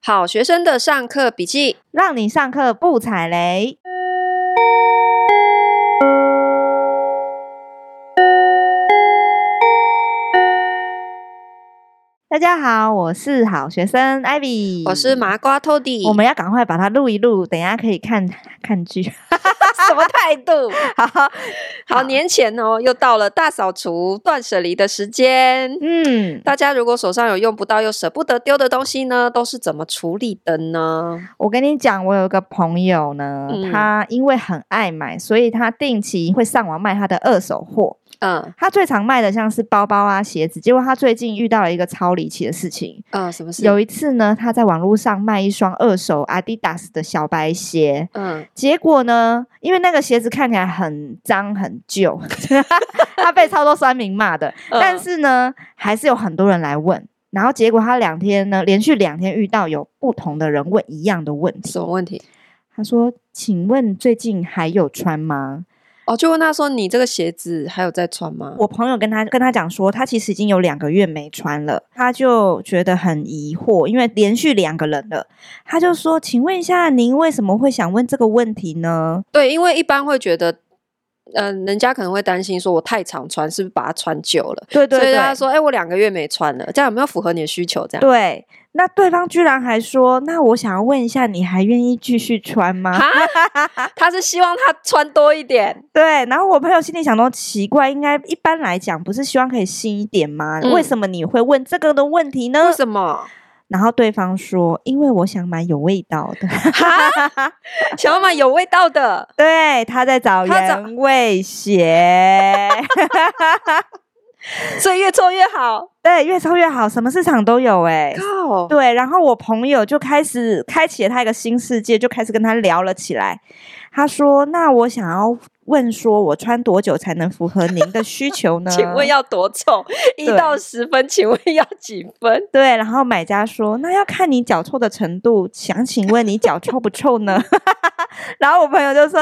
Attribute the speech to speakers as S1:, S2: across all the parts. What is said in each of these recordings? S1: 好学生的上课笔记，
S2: 让你上课不踩雷。大家好，我是好学生 Ivy，
S1: 我是麻瓜 Toddy。
S2: 嗯我们要赶快把它录一录，等一下可以看看剧。 什么态 度？好
S1: 好年前哦，又到了大扫除、断舍离的时间。
S2: 嗯，
S1: 大家如果手上有用不到又舍不得丢的东西呢，都是怎么处理的呢？
S2: 我跟你讲，我有一个朋友呢，
S1: 嗯
S2: 他因为很爱买，所以他定期会上网卖他的二手货。
S1: 嗯
S2: 他最常卖的像是包包啊、鞋子，结果他最近遇到了一个超离奇的事情。
S1: 嗯，什么事？
S2: 有一次呢，他在网络上卖一双二手 Adidas 的小白鞋，
S1: 嗯，
S2: 结果呢，因为那个鞋子看起来很脏很旧， 他被超多酸民骂的。
S1: 嗯
S2: 但是呢，还是有很多人来问。然后结果他两天呢，连续两天遇到有不同的人问一样的问题
S1: 什。么问题？
S2: 他说：“请问最近还有穿吗
S1: 哦，就问他说：“你这个鞋子还有在穿吗？”？
S2: 我朋友跟他跟他讲说，他其实已经有两个月没穿了，他就觉得很疑惑，因为连续两个人了，他就说：“请问一下，您为什么会想问这个问题呢
S1: 对，因为一般会觉得，嗯、人家可能会担心说我太常穿，是不是把它穿久了？”
S2: 对对
S1: 所以
S2: 对，
S1: 他说：“哎、我两个月没穿了，这样有没有符合你的需求？”这样
S2: 对。那对方居然还说：“那我想要问一下，你还愿意继续穿吗？”
S1: 啊，他是希望他穿多一点，
S2: 对，然后我朋友心里想说，奇怪，应该一般来讲不是希望可以新一点吗？
S1: 嗯
S2: 为什么你会问这个的问题呢
S1: 为？什么？
S2: 然后对方说，因为我想买有味道的。
S1: 想要买有味道的，
S2: 对，他在找
S1: 他找
S2: 原味鞋。
S1: 所以越做越好。
S2: 对，越抽越好，什么市场都有哎、
S1: 靠，
S2: 对，然后我朋友就开始开启了他一个新世界，就开始跟他聊了起来。他说：“那我想要问说，我穿多久才能符合您的需求呢？
S1: 请问要多重？一
S2: 对
S1: 到十分，请问要几分？
S2: 对，然后买家说：“那要看你脚臭的程度，想请问你脚臭不臭呢？” 然后我朋友就说：“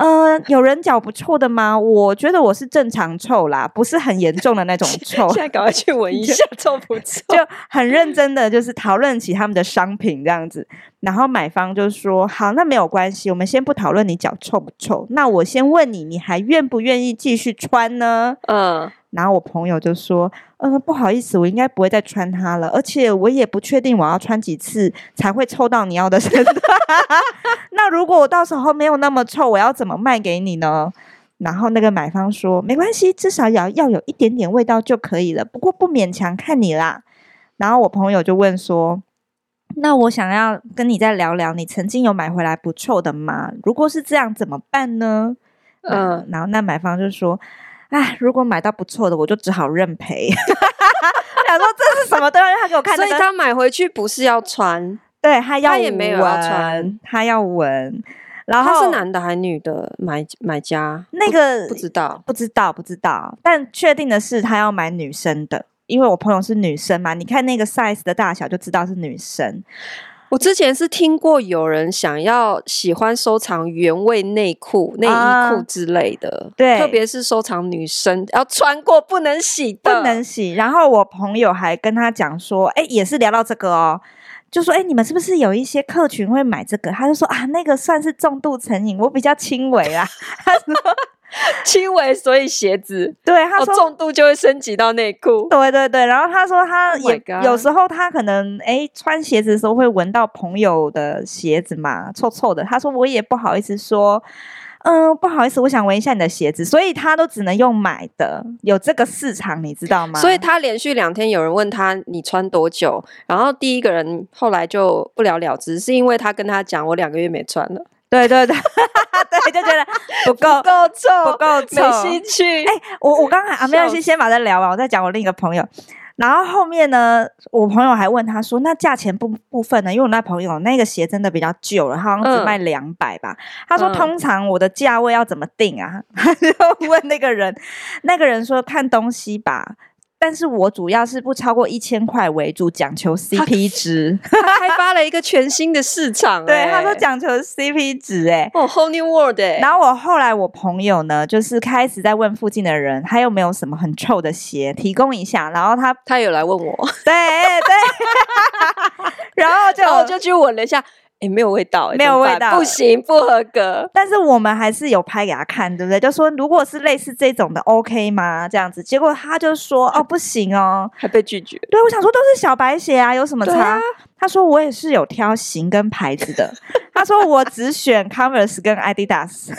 S2: 嗯、有人脚不臭的吗？我觉得我是正常臭啦，不是很严重的那种 臭。
S1: 现”在赶快去闻一 下，臭不臭？
S2: 就很认真的，就是讨论起他们的商品这样子。然后买方就说：“好，那没有关系，我们先不讨论你脚臭不臭。那我先问你，你还愿不愿意继续穿呢？”
S1: 嗯，
S2: 然后我朋友就说：“嗯，不好意思，我应该不会再穿它了，而且我也不确定我要穿几次才会臭到你要的程度。 那如果我到时候没有那么臭，我要怎么卖给你呢？”然后那个买方说：“没关系，至少也要要有一点点味道就可以了，不过不勉强，看你啦。”然后我朋友就问说：“那我想要跟你再聊聊，你曾经有买回来不臭的吗？如果是这样，怎么办呢？”嗯
S1: 嗯，
S2: 然后那买方就说：“哎，如果买到不错的，我就只好认赔。” 我想说这是什么东西？他给我看
S1: 所
S2: 那
S1: 以
S2: 个，
S1: 他买回去不是要穿，
S2: 对他要
S1: 他也没有要
S2: 闻
S1: 穿，
S2: 他要闻。然后
S1: 啊他是男的还是女的买买家？
S2: 那个
S1: 不知道。
S2: 不知道不知道，但确定的是他要买女生的，因为我朋友是女生嘛，你看那个 size 的大小就知道是女生。
S1: 我之前是听过有人想要喜欢收藏原味内裤、内衣裤
S2: 啊
S1: 之类的，
S2: 对
S1: 特别是收藏女生要穿过不能洗
S2: 不
S1: 的，
S2: 能洗。然后我朋友还跟他讲说，哎、也是聊到这个哦，就说，哎、你们是不是有一些客群会买这个？他就说啊，那个算是重度成瘾，我比较轻微啊 啦。
S1: 轻微，所以鞋子
S2: 对，他
S1: 哦
S2: 说。
S1: 重度就会升级到内裤。
S2: 对对对，然后他说他
S1: Oh my
S2: 也、
S1: God
S2: 有时候他可能哎穿鞋子的时候会闻到朋友的鞋子嘛，臭臭的。他说我也不好意思说，嗯，不好意思，我想闻一下你的鞋子，所以他都只能用买的，有这个市场你知道吗？
S1: 所以他连续两天有人问他你穿多久，然后第一个人后来就不了了之，是因为他跟他讲我两个月没穿了，
S2: 对对对， 对就觉得不够
S1: 够
S2: 不
S1: 臭，
S2: 够
S1: 没
S2: 臭。
S1: 兴趣。
S2: 哎、我我刚才啊，没有
S1: 笑
S2: 先先把它聊完，我再讲我另一个朋友。然后后面呢，我朋友还问他说：“那价钱部部分呢？因为我那朋友那个鞋真的比较旧了，他好像只
S1: 嗯
S2: 卖两百吧。他说：“
S1: 嗯
S2: 通常我的价位要怎么定啊？” 他就问那个人，那个人说：“看东西吧。”但是我主要是不超过一千块为主，讲求 CP 值。
S1: 他开发了一个全新的市场、
S2: 对，他
S1: 哎
S2: 说讲求 CP 值、哎，
S1: 哦，whole new world 哎、
S2: 然后我后来我朋友呢，就是开始在问附近的人，还有没有什么很臭的鞋，提供一下。然后他
S1: 他有来问我，
S2: 对对， 然后 就
S1: 然后我就去闻了一下，哎，没有味道，诶
S2: 没有
S1: 怎么
S2: 味
S1: 办
S2: 道
S1: 不行，不合格。
S2: 但是我们还是有拍给他看，对不对？就说如果是类似这种的，OK 吗？这样子，结果他就说哦不行哦，
S1: 还被拒绝，
S2: 对我想说都是小白鞋啊，有什么
S1: 对
S2: 差？
S1: 啊
S2: 他说我也是有挑型跟牌子的， 他说我只选 Converse 跟 Adidas。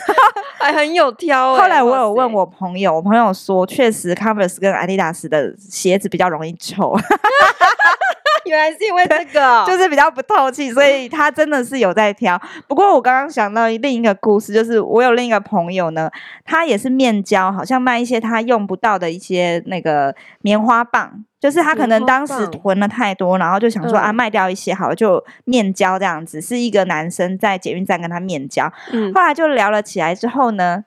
S1: 还很有挑诶。
S2: 后来我
S1: 哇
S2: 有问
S1: 塞
S2: 我朋友，我朋友说确实 Converse 跟 Adidas 的鞋子比较容易臭，
S1: 原来是因为这个哦
S2: 就
S1: 就是
S2: 比较不透气，所
S1: 嗯
S2: 以他真的是有在挑。不过我刚刚想到另一个故事，就是我有另一个朋友呢，他也是面交，好像卖一些他用不到的一些那个棉花棒，就是他可能
S1: 棉花
S2: 当
S1: 棒
S2: 时囤了太多，然后就想说、
S1: 嗯
S2: 啊卖掉一些好了，就面交这样子。是一个男生在捷运站跟他面交，
S1: 嗯，
S2: 后来就聊了起来之后呢，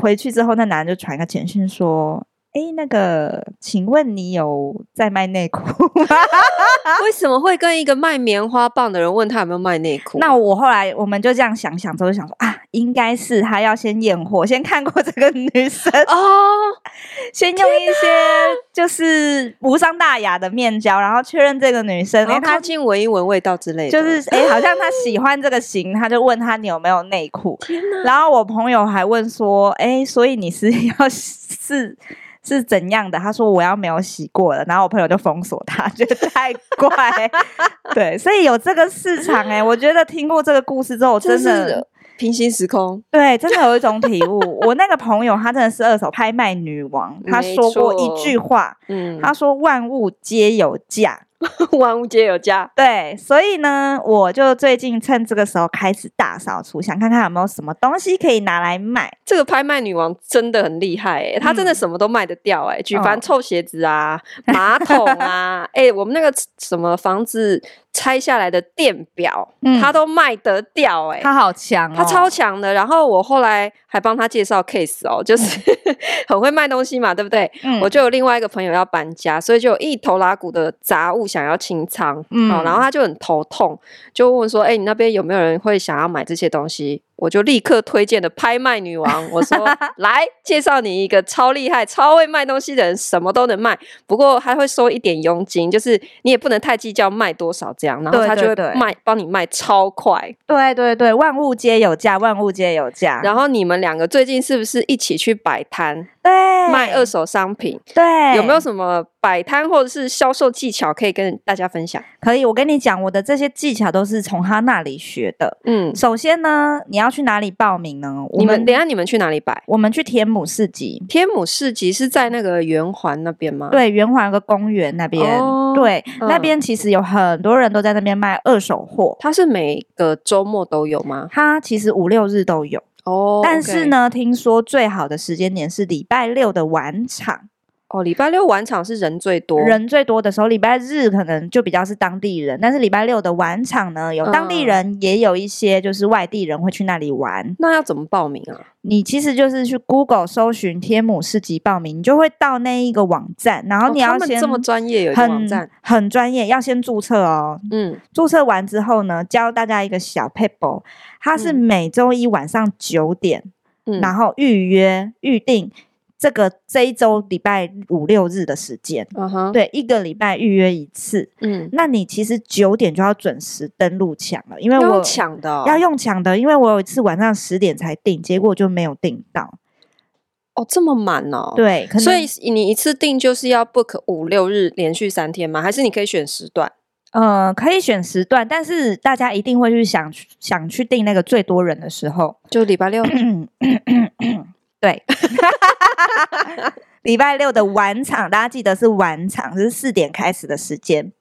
S2: 回去之后那男的就传个简讯说。哎，那个，请问你有在卖内裤吗？
S1: 为什么会跟一个卖棉花棒的人问他有没有卖内裤？
S2: 那我后来我们就这样想想之后，就想说啊，应该是他要先验货，先看过这个女生，
S1: 哦，
S2: 先用一些就是无伤大雅的面胶，然后确认这个女生，
S1: 然
S2: 哎、
S1: 后哦靠
S2: 她
S1: 近闻一闻味道之类的，
S2: 就是哎、好像她喜欢这个型，他就问她你有没有内裤，
S1: 天 哪，
S2: 然后我朋友还问说，哎、所以你是要是。是怎样的？他说我要没有洗过了，然后我朋友就封锁他，觉得太怪。对，所以有这个市场 哎、我觉得听过这个故事之后，我真的
S1: 是平行时空，
S2: 对，真的有一种体悟。我那个朋友，她真的是二手拍卖女王，她
S1: 没
S2: 说过
S1: 错
S2: 一句话，
S1: 嗯，
S2: 她说万物皆有价。
S1: 万物皆有家，
S2: 对，所以呢，我就最近趁这个时候开始大扫除，想看看有没有什么东西可以拿来卖。
S1: 这个拍卖女王真的很厉害、欸，她真的什么都卖得掉、欸，哎、举凡
S2: 哦
S1: 臭鞋子啊、马桶 啊，哎、我们那个什么房子拆下来的电表，
S2: 嗯
S1: 她都卖得掉、欸，哎。
S2: 好强
S1: 她超强的，然后我后来还帮她介绍 case 哦，就是 很会卖东西嘛，对不对？
S2: 嗯
S1: 我就有另外一个朋友要搬家，所以就有一头拉骨的杂物想要清仓，
S2: 嗯
S1: 好、然后他就很头痛，就问说：“哎、你那边有没有人会想要买这些东西？”我就立刻推荐的拍卖女王，我 说：“来介绍你一个超厉害、超会卖东西的人，什么都能卖，不过还会收一点佣金，就是你也不能太计较卖多少这样，然后
S2: 对
S1: 他就
S2: 对
S1: 会
S2: 对
S1: 卖帮你卖超快。
S2: 对对对，万物皆有价，万物皆有价。
S1: 然后你们两个最近是不是一起去摆摊
S2: 对
S1: 卖二手商品？
S2: 对
S1: 有没有什么摆摊或者是销售技巧可以跟大家分享？
S2: 可以？我跟你讲，我的这些技巧都是从他那里学的。
S1: 嗯，
S2: 首先呢，你要去哪里报名呢？我
S1: 你们等一下你们去哪里摆？
S2: 我们去天母市集，
S1: 天母市集是在那个圆环那边吗？，
S2: 对，圆环有个公园那边，
S1: 哦
S2: 对，那
S1: 嗯
S2: 边其实有很多人都在那边卖二手货。
S1: 它是每个周末都有吗？
S2: 它其实五六日都有，
S1: 哦，
S2: 但是，呢，听说最好的时间点是礼拜六的晚场，
S1: 哦，礼拜六晚场是人最多，
S2: 人最多的时候。礼拜日可能就比较是当地人，但是礼拜六的晚场呢，有当地
S1: 嗯
S2: 人，也有一些就是外地人会去那里玩。
S1: 那要怎么报名啊？
S2: 你其实就是去 Google 搜寻天母市集报名，你就会到那一个网站，然后
S1: 哦
S2: 你
S1: 他
S2: 要
S1: 们
S2: 先
S1: 这么专业，有一个网
S2: 很
S1: 站，
S2: 很专业，要先注册哦。
S1: 嗯，
S2: 注册完之后呢，教大家一个小 paper，它哦是
S1: 嗯
S2: 每周一晚上九点，
S1: 嗯
S2: 然后预约预定这个这一周礼拜五六日的时间。
S1: 嗯哼，，
S2: 对，一个礼拜预约一次，
S1: 嗯，
S2: 那你其实九点就要准时登录抢了，因为
S1: 要
S2: 我
S1: 用抢的哦，
S2: 要用抢的，因为我有一次晚上十点才订，结果就没有订到。
S1: 哦，这么满哦，。
S2: 对，可能
S1: 所以你一次定就是要 book 五六日连续三天吗？还是你可以选时段？
S2: 呃可以选时段，但是大家一定会去想想去订那个最多人的时候。
S1: 就礼拜六
S2: 对， 礼拜六的晚场，大家记得是晚场，是四点开始的时间。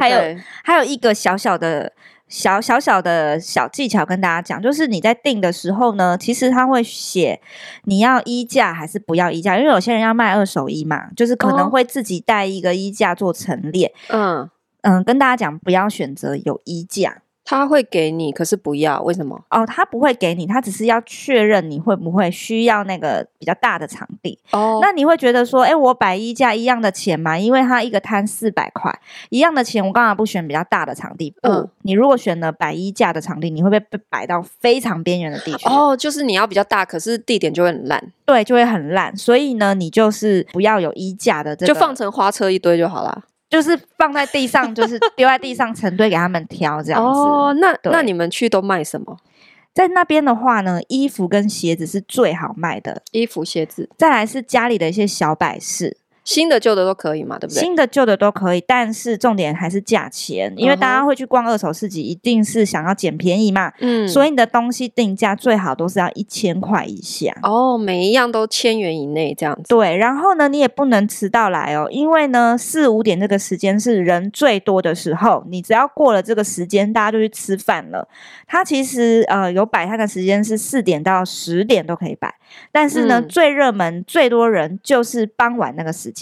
S2: 还有
S1: OK
S2: 还有一个小小的、小小小的小技巧跟大家讲，就是你在订的时候呢，其实他会写你要衣架还是不要衣架，因为有些人要卖二手衣嘛，就是可
S1: 哦
S2: 能会自己带一个衣架做陈列。
S1: 嗯，
S2: 嗯，跟大家讲，不要选择有衣架。
S1: 他会给你，可是不要，为什么？
S2: 哦，他不会给你，他只是要确认你会不会需要那个比较大的场地。
S1: 哦
S2: 那你会觉得说，哎、我摆衣架一样的钱嘛？因为它一个摊四百块，一样的钱，我干嘛不选比较大的场地？不，
S1: 嗯
S2: 你如果选了摆衣架的场地，你会被被摆到非常边缘的地区，
S1: 哦，就是你要比较大，可是地点就会很烂，
S2: 对，就会很烂。所以呢，你就是不要有衣架的这个，
S1: 就放成花车一堆就好啦。
S2: 就是放在 地上，就是丢在地上成堆给他们挑这样子。
S1: 哦，那
S2: 对
S1: 那你们去都卖什么？
S2: 在那边的话呢，衣服跟鞋子是最好卖的，
S1: 衣服、鞋子，
S2: 再来是家里的一些小摆饰，
S1: 新的旧的都可以嘛，对不对？
S2: 新的旧的都可以，但是重点还是价钱，因为大
S1: 嗯
S2: 家
S1: 哼
S2: 会去逛二手市集，一定是想要捡便宜嘛，
S1: 嗯，
S2: 所
S1: 以
S2: 以你的东西定价最好都是要一千块以下。
S1: 哦，每一样都千元以内这样子。
S2: 对，然后呢，你也不能迟到来哦，因为呢，四五点这个时间是人最多的时候，你只要过了这个时间，大家就去吃饭了。它其实呃有摆摊的时间是四点到十点都可以摆，但是呢，
S1: 嗯
S2: 最热门、最多人就是傍晚那个时间。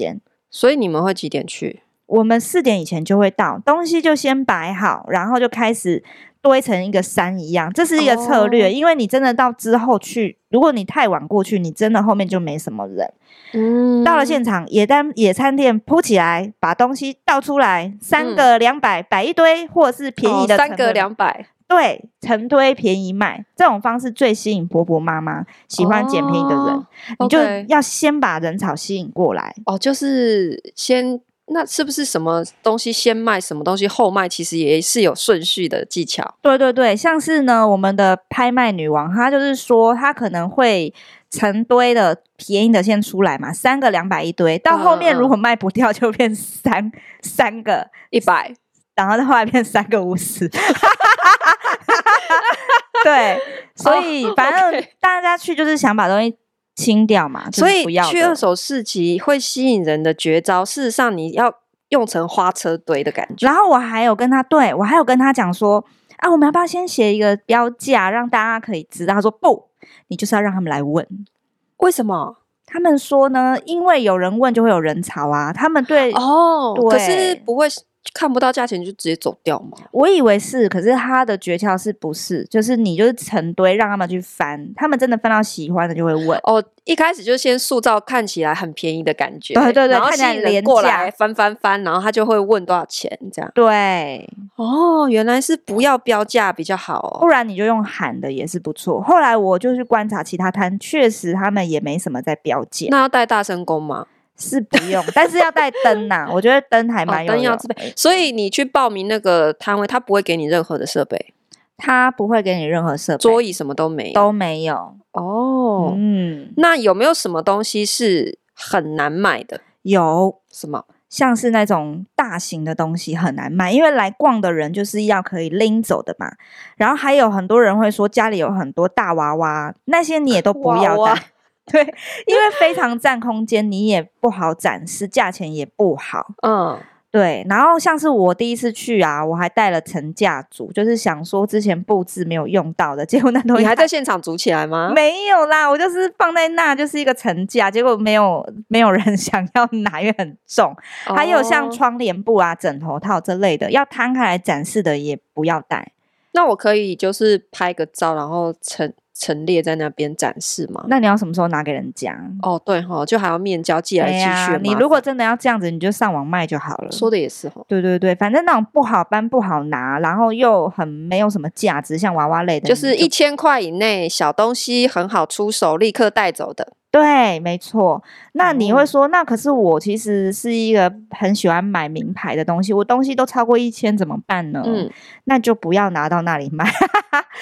S1: 所以你们会几点去？
S2: 我们四点以前就会到，东西就先摆好，然后就开始堆成一个山一样，这是一个策略。
S1: 哦
S2: 因为你真的到之后去，如果你太晚过去，你真的后面就没什么人。
S1: 嗯
S2: 到了现场，野单野餐店铺起来，把东西倒出来，三个两百摆一堆，或者是便宜的、
S1: 嗯哦、三个两，百，
S2: 对，成堆便宜卖，这种方式最吸引婆婆妈妈喜欢捡便宜的人。
S1: 哦
S2: 你就
S1: OK
S2: 要先把人潮吸引过来，
S1: 哦，就是先那是不是什么东西先卖，什么东西后卖，其实也是有顺序的技巧。
S2: 对对对，像是呢，我们的拍卖女王，她就是说，她可能会成堆的便宜的先出来嘛，三个两百一堆，到后
S1: 嗯
S2: 面
S1: 嗯嗯
S2: 如果卖不掉，就变三三个，
S1: 一百
S2: 然后到后来变三个五十。 对，所以反正
S1: 哦 OK
S2: 大家去就是想把东西清掉嘛，就是
S1: 所以
S2: 不要
S1: 去
S2: 的
S1: 二手市集会吸引人的绝招，事实上你要用成花车堆的感觉。
S2: 然后我还有跟他对我还有跟他讲说，啊，我们要不要先写一个标价，让大家可以知道？他说不，你就是要让他们来问。
S1: 为什么？
S2: 他们说呢，因为有人问就会有人潮啊。他们对、
S1: 哦，可是
S2: 对
S1: 不会看不到价钱就直接走掉吗？
S2: 我以为是，可是他的诀窍是不是？就是你就是成堆让他们去翻，他们真的翻到喜欢的就会问。
S1: 哦，一开始就先塑造看起来很便宜的感 觉，
S2: 对对对
S1: 然后
S2: 看
S1: 吸
S2: 起来
S1: 引
S2: 廉
S1: 人过来
S2: 价
S1: 翻翻翻，然后他就会问多少钱这样。
S2: 对，
S1: 哦，原来是不要标价比较好
S2: 不
S1: 哦。
S2: 然你就用喊的也是不错。后来我就去观察其他摊，确实他们也没什么在标价，
S1: 那要带大声公吗？
S2: 是不用，但是要带灯呐、我觉得灯还
S1: 哦
S2: 蛮有
S1: 灯
S2: 用。
S1: 要自备，所以你去报名那个摊位，他不会给你任何的设备，
S2: 他不会给你任何设备，
S1: 桌椅什么都没有。
S2: 都没有。
S1: 哦，
S2: 嗯，
S1: 那有没有什么东西是很难买的？
S2: 有
S1: 什么？
S2: 像是那种大型的东西很难卖，因为来逛的人就是要可以拎走的嘛。然后还有很多人会说家里有很多大娃娃，那些你也都不要
S1: 娃娃
S2: 带。对，因为非常占空间，你也不好展示，价钱也不好。
S1: 嗯，
S2: 对，然后像是我第一次去啊，我还带了层架组，就是想说之前布置没有用到的，结果那东西
S1: 你还
S2: 太
S1: 在现啊场组起来吗？
S2: 没有啦，我就是放在那，就是一个层架，结果没有没有人想要拿，因为很重。还有像
S1: 哦
S2: 窗帘布啊、枕头套这类的，要摊开来展示的也不要带。
S1: 那我可以就是拍个照，然后陈陈列在那边展示吗？
S2: 那你要什么时候拿给人家？
S1: 哦，对哈，就还要面交寄来
S2: 对
S1: 寄
S2: 哎呀
S1: 去。
S2: 你如果真的要这样子，你就上网卖就好了。
S1: 说的也是哈，
S2: 对对对，反正那种不好搬、不好拿，然后又很没有什么价值，像娃娃类的，
S1: 就是
S2: 你
S1: 一千块以内小东西很好出手，立刻带走的。
S2: 对，没错。那你
S1: 哦
S2: 会说，那可是我其实是一个很喜欢买名牌的东西，我东西都超过一千怎么办呢？
S1: 嗯，
S2: 那就不要拿到那里卖。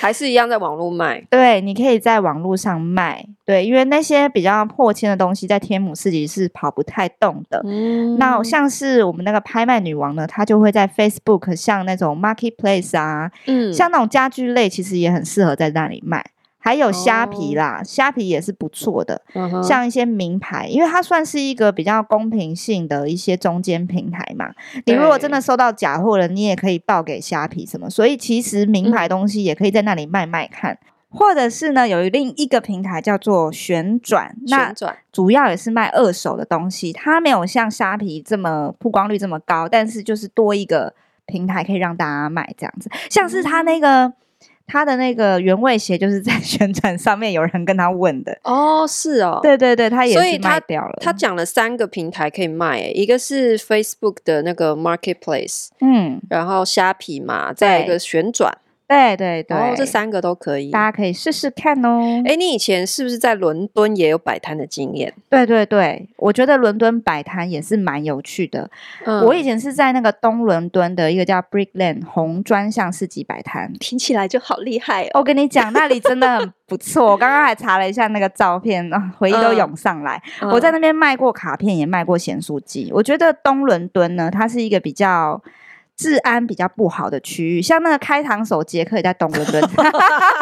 S1: 还是一样在网络卖。
S2: 对，你可以在网络上卖。对，因为那些比较破千的东西，在天母市集是跑不太动的。
S1: 嗯
S2: 那像是我们那个拍卖女王呢，她就会在 Facebook 像那种 Marketplace 啊，
S1: 嗯
S2: 像那种家居类，其实也很适合在那里卖。还有虾皮
S1: 哦
S2: 啦，虾皮也是不错的，
S1: 嗯哼
S2: 像一些名牌，因为它算是一个比较公平性的一些中间平台嘛。你如果真的
S1: 对
S2: 收到假货了，你也可以报给虾皮什么，所以其实名
S1: 嗯
S2: 牌东西也可以在那里卖卖看。或者是呢，有另一个平台叫做旋转，那
S1: 旋转
S2: 主要也是卖二手的东西，它没有像虾皮这么曝光率这么高，但是就是多一个平台可以让大家卖这样子，像是它
S1: 嗯
S2: 那个。它的那个原味鞋就是在 旋转上面有人跟他问的，
S1: 哦，是哦，
S2: 对对对，它也
S1: 所
S2: 是
S1: 以
S2: 卖
S1: 它
S2: 掉了。
S1: 他讲了三个平台可以卖耶，一个是 Facebook 的那个 Marketplace，
S2: 嗯，
S1: 然后虾皮嘛，再一
S2: 对
S1: 个旋转，
S2: 对对对，
S1: 哦，这三个都可以。
S2: 大家可以试试看哦。
S1: 哎，你以前是不是在伦敦也有摆摊的经验？
S2: 对对对，我觉得伦敦摆摊也是蛮有趣的。
S1: 嗯
S2: 我以前是在那个东伦敦的一个叫 Brick Lane 红砖巷市集摆摊。
S1: 听起来就好厉害哦。
S2: 我跟你讲，那里真的很不错。我刚刚还查了一下那个照片， 啊回忆都
S1: 嗯
S2: 涌上来。我在那边卖过卡片，也卖过咸酥鸡。我觉得东伦敦呢，它是一个比较治安比较不好的区域，像那个开膛手杰克也在东伦敦。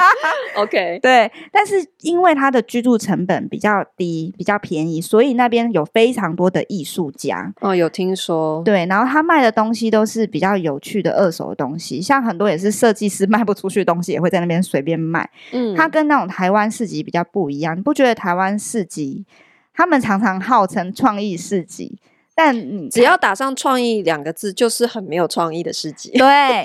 S1: OK，
S2: 对，但是因为它的居住成本比较低，比较便宜，所以那边有非常多的艺术家。
S1: 哦，有听说，
S2: 对，然后他卖的东西都是比较有趣的二手的东西，像很多也是设计师 卖不出去的东西，也会在那边随便卖。
S1: 嗯，
S2: 它跟那种台湾市集比较不一样，你不觉得台湾市集他们常常号称创意市集，但你
S1: 只要打上“创意”两个字，就是很没有创意的市集。
S2: 对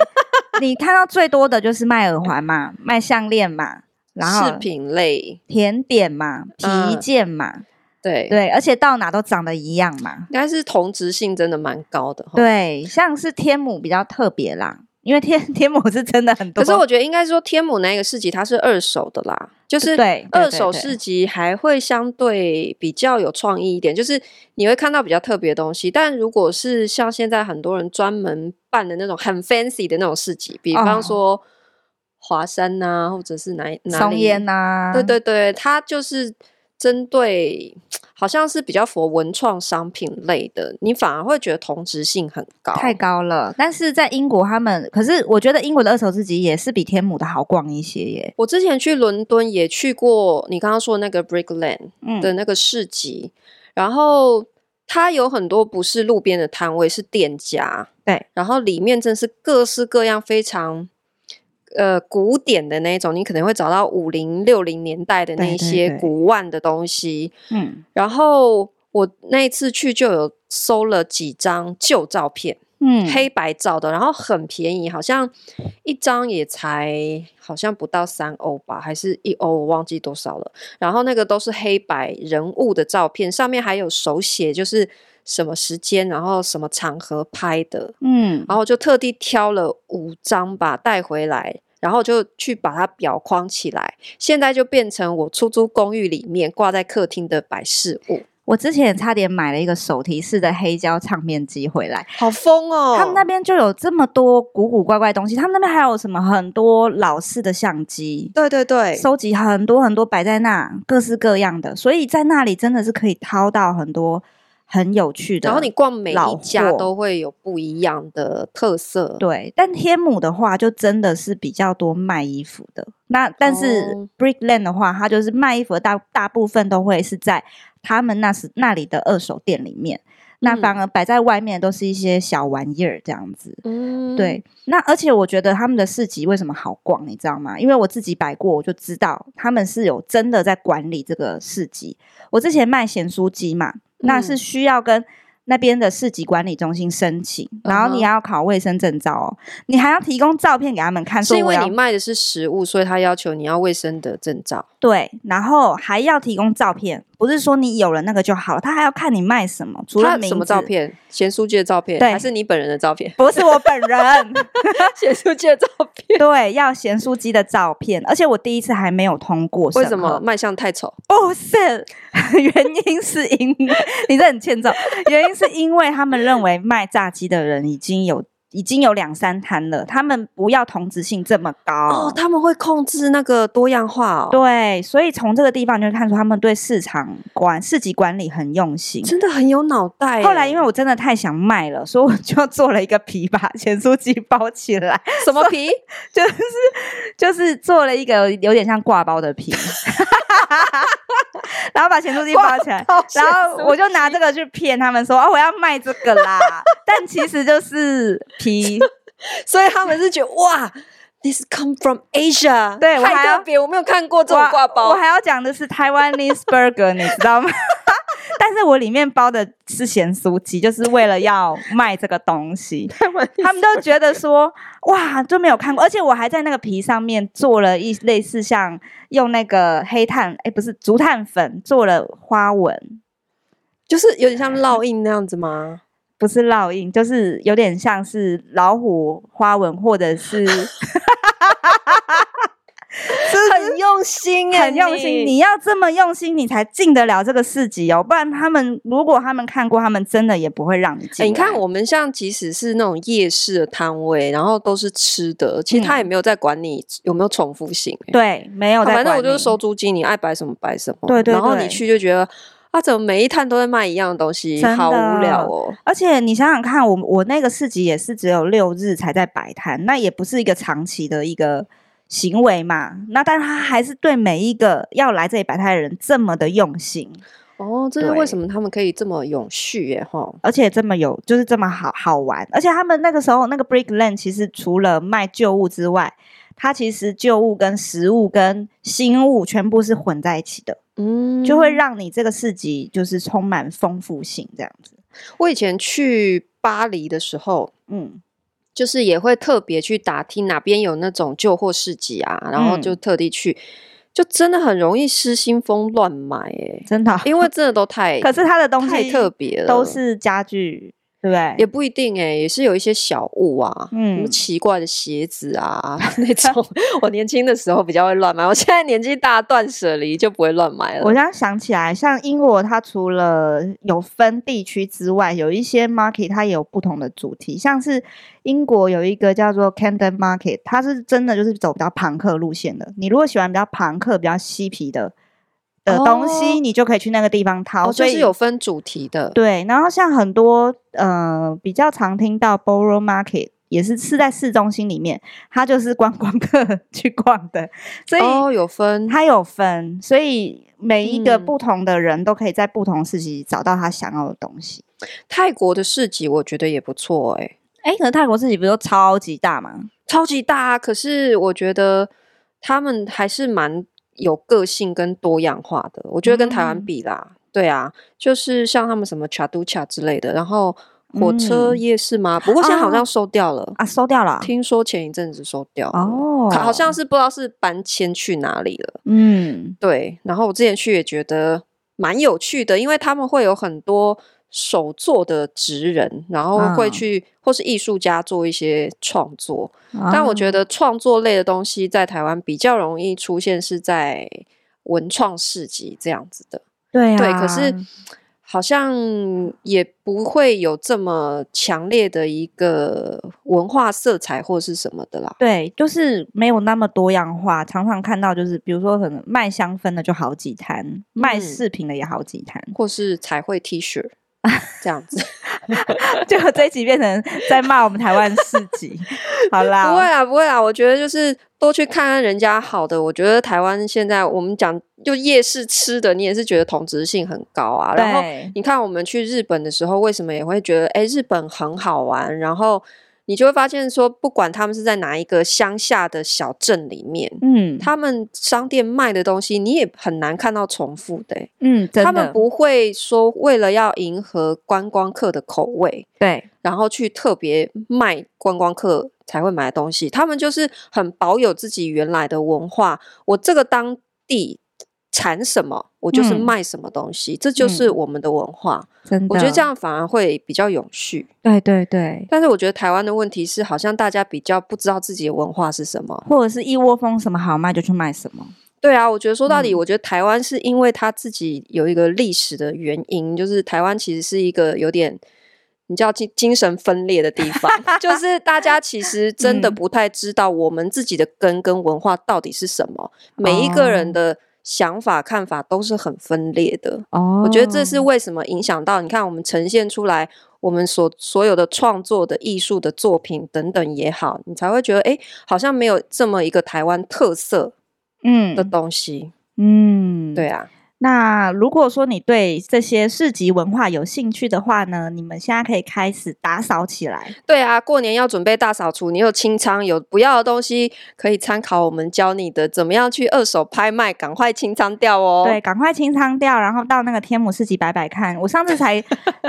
S2: 你看到最多的就是卖耳环嘛，卖项链嘛，然
S1: 饰
S2: 后
S1: 品类，
S2: 甜点嘛，皮
S1: 嗯
S2: 件嘛，
S1: 对，
S2: 对，而且到哪都长得一样嘛。
S1: 应该是同质性真的蛮高的哈。
S2: 对，像是天母比较特别啦，因为天 天母是真的很多，
S1: 可是我觉得应该说天母那个市集它是二手的啦，就是
S2: 对对
S1: 二
S2: 对
S1: 手
S2: 对
S1: 市集还会相对比较有创意一点，就是你会看到比较特别的东西。但如果是像现在很多人专门办的那种很 fancy 的那种市集，比方
S2: 哦
S1: 说华山呐、或者是哪哪
S2: 松
S1: 里
S2: 烟啊呐、
S1: 对对对，它就是针对好像是比较佛文创商品类的，你反而会觉得同质性很高。
S2: 太高了，但是在英国，他们可是我觉得英国的二手市集也是比天母的好逛一些耶。
S1: 我之前去伦敦也去过你刚刚说的那个 Brick Lane
S2: 嗯，
S1: 的那个市集，然后它有很多不是路边的摊位，是店家。
S2: 对，
S1: 然后里面真是各式各样非常。呃，古典的那一种，你可能会找到五零六零年代的那
S2: 对
S1: 一
S2: 对
S1: 些
S2: 对
S1: 古玩的东西，
S2: 嗯
S1: 然后我那一次去就有搜了几张旧照片，
S2: 嗯，
S1: 黑白照的，然后很便宜，好像一张也才好像不到三欧吧，还是一欧，我忘记多少了。然后那个都是黑白人物的照片，上面还有手写，就是什么时间，然后什么场合拍的，
S2: 嗯，
S1: 然后就特地挑了五张吧带回来，然后就去把它裱框起来。现在就变成我出租公寓里面挂在客厅的摆饰物，
S2: 我之前也差点买了一个手提式的黑胶唱片机回来，
S1: 好疯哦！
S2: 他们那边就有这么多古古怪怪的东西，他们那边还有什么很多老式的相机。
S1: 对对对，
S2: 收集很多很多摆在那，各式各样的，所以在那里真的是可以掏到很多很有趣的。
S1: 然后你逛每
S2: 老
S1: 一家
S2: 货
S1: 都会有不一样的特色，
S2: 对，但天母的话就真的是比较多卖衣服的。那但
S1: 哦
S2: 是 Brick Lane 的话，它就是卖衣服的大大部分都会是在他们那是那里的二手店里面，那
S1: 嗯
S2: 反而摆在外面都是一些小玩意儿这样子。
S1: 嗯，
S2: 对，那而且我觉得他们的市集为什么好逛，你知道吗？因为我自己摆过，我就知道他们是有真的在管理这个市集。我之前卖咸酥鸡嘛，那是
S1: 嗯
S2: 需要跟那边的市集管理中心申请，然
S1: 嗯
S2: 后你
S1: 哼
S2: 还要考卫生证照哦，你还要提供照片给他们看，
S1: 是
S2: 说
S1: 因
S2: 我
S1: 为
S2: 要
S1: 你卖的是食物，所以他要求你要卫生的证照。
S2: 对，然后还要提供照片，不是说你有了那个就好了，他还要看你卖什么，除了
S1: 他
S2: 名
S1: 什么照
S2: 字。
S1: 片？咸酥鸡的照片，
S2: 对？
S1: 还是你本人的照片
S2: 不是我本人，
S1: 咸酥鸡的照片，
S2: 对，要咸酥鸡的照片，而且我第一次还没有通过审
S1: 为
S2: 核，
S1: 什么卖相太丑？
S2: 不哦是， 原因是因为你这很欠揍。原因是因为他们认为卖炸鸡的人已经有已经有两三摊了，他们不要同质性这么高。
S1: 哦，他们会控制那个多样化哦，
S2: 对，所以从这个地方就看出他们对市场管市集管理很用心。
S1: 真的很有脑袋耶。欸
S2: 后来因为我真的太想卖了，所以我就做了一个皮把咸酥鸡包起来，
S1: 什么皮？
S2: 就是就是做了一个有点像挂包的皮， 然后把咸酥鸡包起来，然后我就拿这个去骗他们说哦，我要卖这个啦， 但其实就是皮。
S1: 所以他们是觉得哇，this come from Asia，
S2: 对我
S1: 太
S2: 还要
S1: 特 别，我没有看过这种
S2: 我
S1: 挂
S2: 我
S1: 包。
S2: 还要讲的是台湾 Nis Burger，你知道吗？ 但是我里面包的是咸酥鸡，就是为了要卖这个东西。他们都觉得说，哇，都没有看过，而且我还在那个皮上面做了一类似像用那个黑炭，哎，不是竹炭粉做了花纹，
S1: 就是有点像烙印那样子吗？
S2: 不是烙印，就是有点像是老虎花纹或者是。
S1: 用心哎，
S2: 很用心，你要这么用心，你才进得了这个市集哦。不然他们如果他们看过，他们真的也不会让你进
S1: 哎
S2: 来、
S1: 你看，我们像即使是那种夜市的摊位，然后都是吃的，其实他也没有在管你有没有重复性、欸。
S2: 对嗯没有
S1: 啊
S2: 在
S1: 反正我
S2: 管
S1: 就是
S2: 你
S1: 收租金，你爱摆什么摆什么。
S2: 对对
S1: 然后
S2: 对
S1: 你去就觉得啊，怎么每一摊都在卖一样的东西，
S2: 真
S1: 好
S2: 的
S1: 无聊哦。
S2: 而且你想想看，我我那个市集也是只有六日才在摆摊，那也不是一个长期的一个行为嘛。那但他还是对每一个要来这里摆摊的人这么的用心，
S1: 哦，这是为
S2: 对
S1: 什么他们可以这么永续耶？哈，
S2: 而且这么有就是这么好好玩。而且他们那个时候那个 Brick Lane 其实除了卖旧物之外，它其实旧物跟食物跟新物全部是混在一起的，
S1: 嗯，
S2: 就会让你这个市集就是充满丰富性这样子。
S1: 我以前去巴黎的时候，
S2: 嗯，
S1: 就是也会特别去打听哪边有那种旧货市集啊，然后就
S2: 嗯
S1: 特地去，就真的很容易失心疯乱买哎、
S2: 真的。
S1: 因为真的都太
S2: 可是它的东
S1: 太
S2: 西
S1: 特别了，
S2: 都是家具，对不对？
S1: 也不一定哎、也是有一些小物啊，什么
S2: 嗯
S1: 奇怪的鞋子 啊那种。我年轻的时候比较会乱买，我现在年纪大断舍离就不会乱买
S2: 我
S1: 了。
S2: 现在想起来，像英国，它除了有分地区之外，有一些 market 它也有不同的主题。像是英国有一个叫做 Camden Market，它是真的就是走比较朋克路线的。你如果喜欢比较朋克、比较嬉皮的的东西，
S1: 哦
S2: 你就可以去那个地方掏。
S1: 哦，就
S2: 所以
S1: 是有分主题的，
S2: 对，然后像很多呃比较常听到 Borough Market。也是是在市中心里面，它就是观光客 去逛的，所以
S1: 哦，有分
S2: 它有分，所以每一个
S1: 嗯
S2: 不同的人都可以在不同市集找到他想要的东西。
S1: 泰国的市集，我觉得也不错哎、
S2: 哎、可是泰国市集不是都超级大吗？
S1: 超级大、啊，可是我觉得他们还是蛮有个性跟多样化的。我觉得跟台湾
S2: 嗯
S1: 比啦，对啊，就是像他们什么卡都卡之类的，然后火车
S2: 嗯
S1: 夜市吗？不过现在好
S2: 啊
S1: 像收掉了，
S2: 啊，收掉了啊、
S1: 听说前一阵子收掉了
S2: 哦
S1: 好好像是不知道是搬迁去哪里了。
S2: 嗯，
S1: 对，然后我之前去也觉得蛮有趣的，因为他们会有很多手作的职人，然后会
S2: 嗯
S1: 去、或是艺术家做一些创作。但我觉
S2: 得
S1: 得创作类的东西在台湾比较容易出现，是在文创市集这样子的。
S2: 对啊，
S1: 对，可是好像也不会有这么强烈的一个文化色彩或是什么的啦。
S2: 对，就是没有那么多样化。常常看到就是，比如说可能卖香氛的就好几摊，卖
S1: 嗯，
S2: 饰品的也好几摊
S1: 或是彩绘 T 恤这样子，
S2: 结果这一集变成在骂我们台湾市集。好啦，
S1: 不会啊，不会啊，我觉得就是多去看看人家好的。我觉得台湾现在我们讲就夜市吃的，你也是觉得同质性很高啊。然后
S2: 对
S1: 你看我们去日本的时候，为什么也会觉得诶日本很好玩？然后你就会发现说，不管他们是在哪一个乡下的小镇里面，
S2: 嗯，
S1: 他们商店卖的东西你也很难看到重复的欸、
S2: 嗯，真
S1: 他
S2: 的
S1: 们不会说为了要迎合观光客的口味，
S2: 对，
S1: 然后去特别卖观光客才会买的东西，他们就是很保有自己原来的文化。我这个当地产什么，我就是
S2: 嗯
S1: 卖什么东西，这就是
S2: 嗯
S1: 我们的文化。
S2: 真的，
S1: 我觉得这，样反而会比较永续。
S2: 对对对，
S1: 但是我觉得台湾的问题是，好像大家比较不知道自己的文化是什么。
S2: 或者是一窝蜂什么好卖就去卖什么。
S1: 对啊，我觉得说到底，
S2: 嗯
S1: 我觉得台湾是因为它自己有一个历史的原因，就是台湾其实是一个有点。你知道精精神分裂的地 方，就是大家其实真的
S2: 嗯
S1: 不太知道我们自己的根跟文化到底是什么，每一个人
S2: 哦
S1: 的想法看法都是很分裂的。
S2: 哦
S1: 我觉得这是为什么影响到你看我们呈现出来我们所所有的创作的艺术的作品等等也好，你才会觉得哎，诶好像没有这么一个台湾特色
S2: 嗯
S1: 的东西。
S2: 嗯
S1: 对。啊，
S2: 那如果说你对这些市集文化有兴趣的话呢，你们现在可以开始打扫起来。
S1: 对啊，过年要准备大扫除，你有清仓，有不要的东西可以参考我们教你的，怎么样去二手拍卖，赶快清仓掉哦。
S2: 对，，赶快清仓掉，然后到那个天母市集摆摆看。我上次才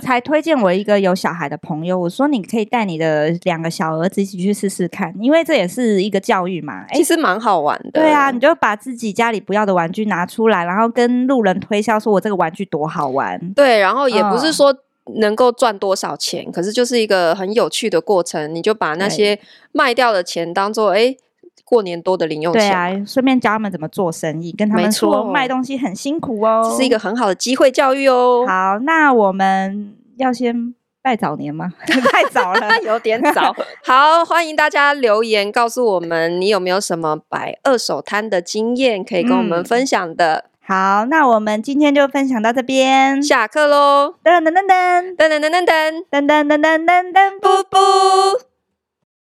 S2: 才推荐我一个有小孩的朋友，我说你可以带你的两个小儿子一起去试试看，因为这也是一个教育嘛。哎
S1: 其，实呃蛮好玩的。
S2: 对啊，你就把自己家里不要的玩具拿出来，然后跟路人推销说我这个玩具多好玩。
S1: 对，然后也不是
S2: 嗯
S1: 说能够赚多少钱，可是就是一个很有趣的过程。你就把那
S2: 对
S1: 些卖掉的钱当做哎。诶过年多的零用
S2: 对
S1: 钱嘛，
S2: 啊，顺便教他们怎么做生意，跟他
S1: 没
S2: 们
S1: 错
S2: 说卖东西很辛苦哦。
S1: 这是一个很好的机会教育哦。
S2: 好，那我们要先拜早年吗？ 太早 了，
S1: 有点早。好，欢迎大家留言告诉我们，你有没有什么摆二手摊的经验可以跟我们
S2: 嗯
S1: 分享的？
S2: 好，那我们今天就分享到这边。
S1: 下课喽！
S2: 噔噔噔噔
S1: 噔噔噔噔噔，
S2: 噔噔噔噔噔噔，不
S1: 布布。